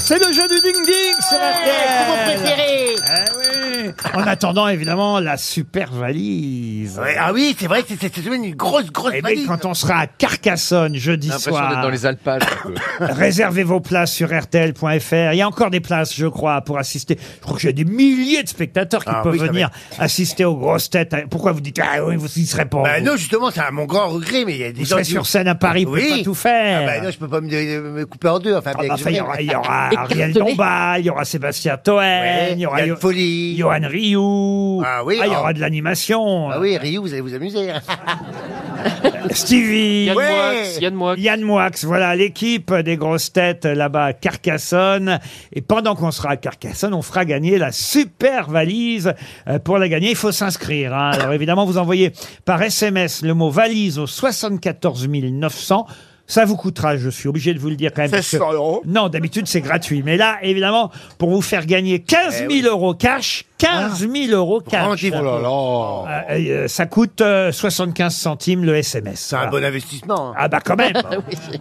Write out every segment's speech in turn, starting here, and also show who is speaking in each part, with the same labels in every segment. Speaker 1: C'est le jeu du ding-ding sur
Speaker 2: C'est
Speaker 1: RTL.
Speaker 2: mon préféré
Speaker 1: Eh oui. En attendant, évidemment, la super valise.
Speaker 2: Ouais, Ah oui, c'est vrai que c'est cette semaine une grosse, grosse
Speaker 1: Eh bien,
Speaker 2: valise.
Speaker 1: quand on sera à Carcassonne jeudi
Speaker 3: L'impression d'être
Speaker 1: soir,
Speaker 3: dans les Alpes. un peu.
Speaker 1: réservez vos places sur rtl.fr. Il y a encore des places, je crois, pour assister. Je crois que j'ai des milliers de spectateurs qui
Speaker 2: Ah
Speaker 1: peuvent
Speaker 2: oui, ça va
Speaker 1: venir assister aux grosses têtes. Pourquoi vous dites ah oui, vous y serez pas
Speaker 2: Bah
Speaker 1: vous.
Speaker 2: non, justement, c'est à mon grand regret, mais il y a des
Speaker 1: Vous
Speaker 2: gens
Speaker 1: serez
Speaker 2: qui-
Speaker 1: sur scène à Paris, vous
Speaker 2: Oui.
Speaker 1: pouvez pas tout faire.
Speaker 2: Ah bah non, je peux pas me, me couper en deux, enfin,
Speaker 1: Ah
Speaker 2: bien
Speaker 1: bah,
Speaker 2: que
Speaker 1: enfin, il y
Speaker 2: je
Speaker 1: aura,
Speaker 2: veuille.
Speaker 1: il y aura Ariel Dombal, il y aura Sébastien Toen,
Speaker 2: Ouais,
Speaker 1: il y aura
Speaker 2: une
Speaker 1: Yo-
Speaker 2: folie.
Speaker 1: Johan Rioux.
Speaker 2: Ah oui,
Speaker 1: il y
Speaker 2: ah.
Speaker 1: aura de l'animation.
Speaker 2: Ah oui, Ryu, vous allez vous amuser.
Speaker 1: Ah, Stevie.
Speaker 4: Yann
Speaker 2: Ouais.
Speaker 4: Moix, Yann Moix.
Speaker 1: Yann Moix, voilà l'équipe des grosses têtes là-bas à Carcassonne. Et pendant qu'on sera à Carcassonne, on fera gagner la super valise. Euh, Pour la gagner, il faut s'inscrire. hein. Alors évidemment, vous envoyez par SMS le mot valise au 74 900. Ça vous coûtera, je suis obligé de vous le dire quand même. parce que-
Speaker 2: 1600 euros.
Speaker 1: Non, d'habitude c'est gratuit. Mais là, évidemment, pour vous faire gagner 15 000
Speaker 2: Eh oui. Ah.
Speaker 1: euros cash, 15 000 euros cash,
Speaker 2: Rendez-vous.
Speaker 3: Oh.
Speaker 1: Euh, euh, ça coûte euh, 75 centimes le SMS.
Speaker 2: C'est un
Speaker 1: Voilà.
Speaker 2: bon investissement. hein.
Speaker 1: Ah bah quand même.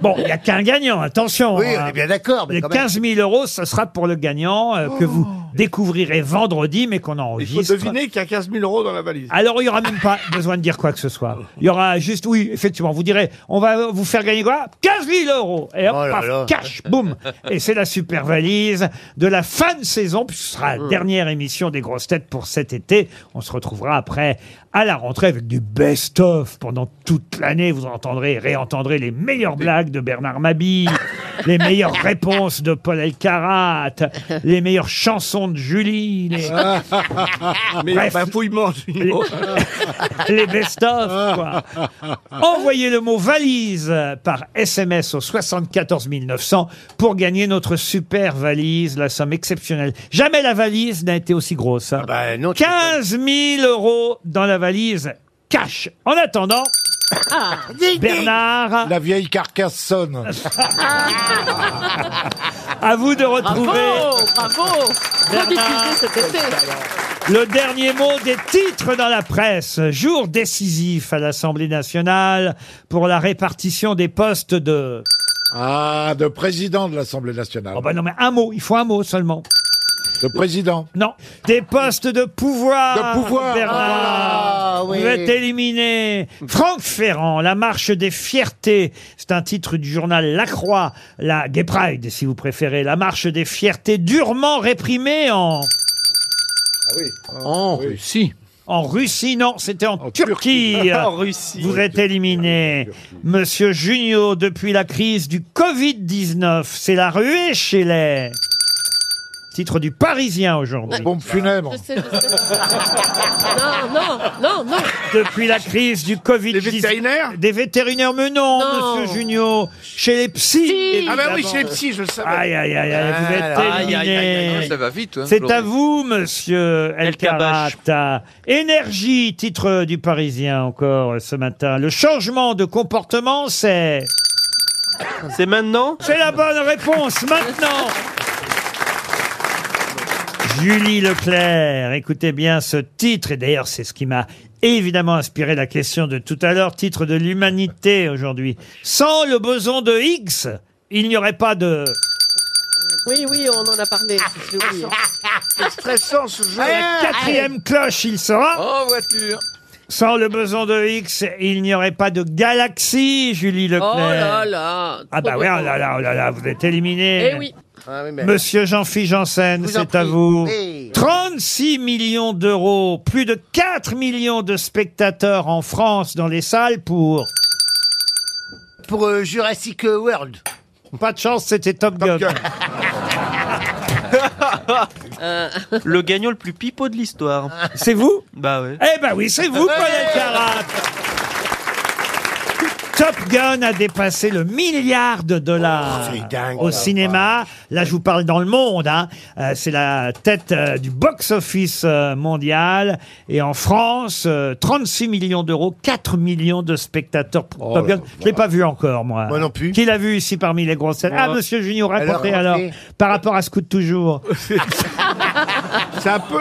Speaker 1: Bon, il n'y a qu'un gagnant, attention.
Speaker 2: Oui, on
Speaker 1: hein.
Speaker 2: est bien d'accord, mais
Speaker 1: Les
Speaker 2: quand même. Oh.
Speaker 1: 15 000 euros, ça sera pour le gagnant euh, que vous découvrirez vendredi, mais qu'on
Speaker 5: Il faut
Speaker 1: enregistre.
Speaker 5: deviner qu'il y a 15 000 euros dans la valise.
Speaker 1: Alors, il n'y aura même pas besoin de dire quoi que ce soit. Il y aura juste, oui, effectivement, vous direz, on va vous faire gagner quoi 15 000 euros Et hop,
Speaker 2: Oh là
Speaker 1: paf,
Speaker 2: là.
Speaker 1: cash, boum Et c'est la super valise de la fin de saison, puisque ce
Speaker 2: Mmh.
Speaker 1: sera la dernière émission des grosses têtes pour cet été. On se retrouvera après à la rentrée avec du best-of pendant toute l'année. Vous entendrez et réentendrez les meilleures blagues de Bernard Mabille, les meilleures réponses de Paul Elkarat, les meilleures chansons de Julie, les,
Speaker 5: Mais
Speaker 1: Bref.
Speaker 5: bah, fouillement, du mot.
Speaker 1: les best-of, quoi. Envoyez le mot valise par SMS au 74 900 pour gagner notre super valise, la somme exceptionnelle. Jamais la valise n'a été aussi grosse. hein.
Speaker 6: Ah
Speaker 2: Bah non, tu-
Speaker 1: 15 000 euros dans la valise cash. En attendant, Bernard,
Speaker 6: La vieille carcasse sonne.
Speaker 1: à vous de retrouver
Speaker 4: Bravo, bravo. Très diffusé cet été.
Speaker 1: le dernier mot des titres dans la presse. Jour décisif à l'Assemblée nationale pour la répartition des postes de...
Speaker 6: Ah, de président de l'Assemblée nationale.
Speaker 1: Oh
Speaker 5: Ah,
Speaker 1: bah non mais un mot, il faut un mot seulement.
Speaker 6: De président.
Speaker 1: Non, des postes de pouvoir.
Speaker 6: De pouvoir.
Speaker 1: Bernard.
Speaker 2: Ah, oui.
Speaker 1: Vous êtes éliminé. Franck Ferrand, la marche des fiertés. C'est un titre du journal La Croix, la Gay Pride, si vous préférez. La marche des fiertés durement réprimée en,
Speaker 5: ah
Speaker 3: En
Speaker 6: Oui.
Speaker 3: Russie.
Speaker 1: en Russie. Non, c'était en,
Speaker 6: En
Speaker 1: Turquie.
Speaker 6: Turquie.
Speaker 5: En Russie.
Speaker 1: Vous êtes éliminé. Monsieur Junio, depuis la crise du Covid-19, c'est la ruée chez les. Titre du Parisien
Speaker 5: Ah
Speaker 1: aujourd'hui.
Speaker 6: Bombe funèbre.
Speaker 4: Ah, Je sais, je sais. Non, non, non, non.
Speaker 1: Depuis la crise du Covid-19.
Speaker 5: Les vétérinaires
Speaker 1: Des vétérinaires, mais non,
Speaker 4: Non.
Speaker 1: monsieur Junio. Chez les psys.
Speaker 4: Si.
Speaker 5: Ah
Speaker 6: ben
Speaker 5: bah oui,
Speaker 1: évidemment.
Speaker 5: chez les psys, je le savais.
Speaker 1: Aïe, aïe, aïe, aïe, vous êtes
Speaker 2: Ah,
Speaker 1: éliminé.
Speaker 3: Ah, Ça va vite. hein,
Speaker 1: C'est
Speaker 3: Laurent.
Speaker 1: à vous, monsieur El
Speaker 4: Kabache.
Speaker 1: Karata. Énergie, titre du Parisien encore euh, ce matin. Le changement de comportement, c'est...
Speaker 5: C'est maintenant
Speaker 1: C'est la bonne réponse maintenant. Julie Leclerc, écoutez bien ce titre, et d'ailleurs c'est ce qui m'a évidemment inspiré la question de tout à l'heure, titre de l'humanité aujourd'hui. Sans le boson de Higgs, il n'y aurait pas de...
Speaker 4: Oui, oui, on en a parlé. j'ai oublié.
Speaker 1: Ah,
Speaker 5: Stressant ce jeu.
Speaker 2: Ah,
Speaker 1: La quatrième cloche, il sera.
Speaker 3: En voiture.
Speaker 1: Sans le boson de Higgs, il n'y aurait pas de galaxie, Julie
Speaker 4: Oh
Speaker 1: Leclerc.
Speaker 4: là là.
Speaker 1: Ah bah
Speaker 4: trop
Speaker 1: oui,
Speaker 4: bien.
Speaker 1: oh là là, oh là là, vous êtes éliminé.
Speaker 4: Eh oui.
Speaker 2: Ah oui, mais-
Speaker 1: Monsieur Jean-Philippe Janssen,
Speaker 2: Je vous en
Speaker 1: c'est à
Speaker 2: prie.
Speaker 1: vous.
Speaker 2: Oui.
Speaker 1: 36 millions d'euros, plus de 4 millions de spectateurs en France dans les salles pour...
Speaker 2: Pour euh, Jurassic World.
Speaker 1: Pas de chance, c'était Top, Gun.
Speaker 7: Le gagnant le plus pipeau de l'histoire.
Speaker 1: C'est vous
Speaker 7: Bah ouais.
Speaker 1: Eh ben oui, c'est vous, Paul Elkarat. Top Gun a dépassé le milliard de dollars
Speaker 2: Oh, c'est dingue,
Speaker 1: au
Speaker 2: la
Speaker 1: cinéma. Là, je vous parle dans le monde. Hein. Euh, c'est la tête euh, du box-office euh, mondial. Et en France, euh, 36 millions d'euros, 4 millions de spectateurs pour
Speaker 6: Oh
Speaker 1: Top
Speaker 6: là
Speaker 1: Gun.
Speaker 6: là.
Speaker 1: Je l'ai pas vu encore, moi.
Speaker 2: Moi non plus.
Speaker 1: Qui l'a vu ici parmi les grosses têtes Ah, monsieur Junior, racontez
Speaker 2: Alors,
Speaker 1: alors,
Speaker 2: racontez.
Speaker 1: par rapport à ce coup de toujours.
Speaker 5: C'est un peu.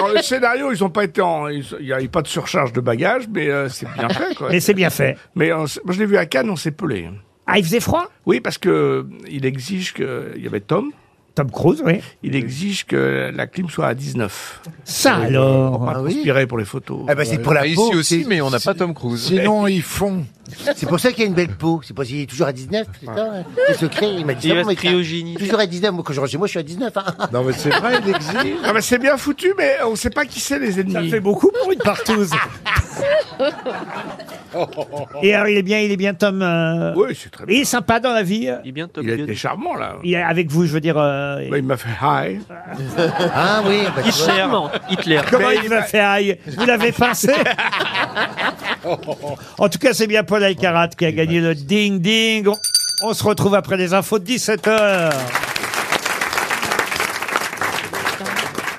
Speaker 5: Dans le scénario, ils ont pas été en. ils- Il n'y a eu pas de surcharge de bagages, mais euh, c'est bien fait, quoi.
Speaker 1: Mais c'est bien fait.
Speaker 5: Mais on s- moi, je l'ai vu à Cannes, on s'est pelé.
Speaker 1: Ah, il faisait froid
Speaker 5: Oui, parce que euh, il exige que. Il y avait Tom.
Speaker 1: Tom Cruise, oui.
Speaker 5: Il exige que la clim soit à 19.
Speaker 1: Ça
Speaker 5: Pour
Speaker 1: alors
Speaker 5: pas transpirer pour les photos.
Speaker 2: Ah bah c'est pour la
Speaker 3: Ici
Speaker 2: peau.
Speaker 3: aussi,
Speaker 2: c'est-
Speaker 3: mais on n'a pas Tom Cruise.
Speaker 6: Sinon, ils font.
Speaker 2: C'est pour ça qu'il y a une belle peau. C'est parce qu'il est toujours à 19, c'est ça hein. Le secret, il m'a dit
Speaker 7: Il
Speaker 2: ça.
Speaker 7: va
Speaker 2: pour
Speaker 7: se
Speaker 2: m'écrire.
Speaker 7: cryogéniser.
Speaker 2: Toujours à 19, moi quand je rentre chez moi, je suis à 19. hein.
Speaker 6: Non, mais c'est vrai, il exige.
Speaker 5: Ah bah c'est bien foutu, mais on sait pas qui c'est les ennemis.
Speaker 1: Ça fait beaucoup pour une partouze. Et alors, il est bien, il est bien Tom. euh,
Speaker 5: Oui, c'est très bien.
Speaker 1: Il est sympa dans la vie. euh,
Speaker 7: Il est bien top
Speaker 5: Il a été
Speaker 7: gun.
Speaker 5: charmant, là.
Speaker 1: Il est avec vous, je veux dire. euh,
Speaker 5: Bah, il m'a fait hi.
Speaker 2: Ah oui, bah,
Speaker 7: Il est
Speaker 2: tu vois.
Speaker 7: charmant, Hitler.
Speaker 1: Comment
Speaker 5: Mais
Speaker 1: il
Speaker 5: il
Speaker 1: vous a
Speaker 5: va-
Speaker 1: fait aïe Vous l'avez pincé En tout cas, c'est bien Paul Alcarat qui a gagné le ding-ding. On se retrouve après les infos de 17h.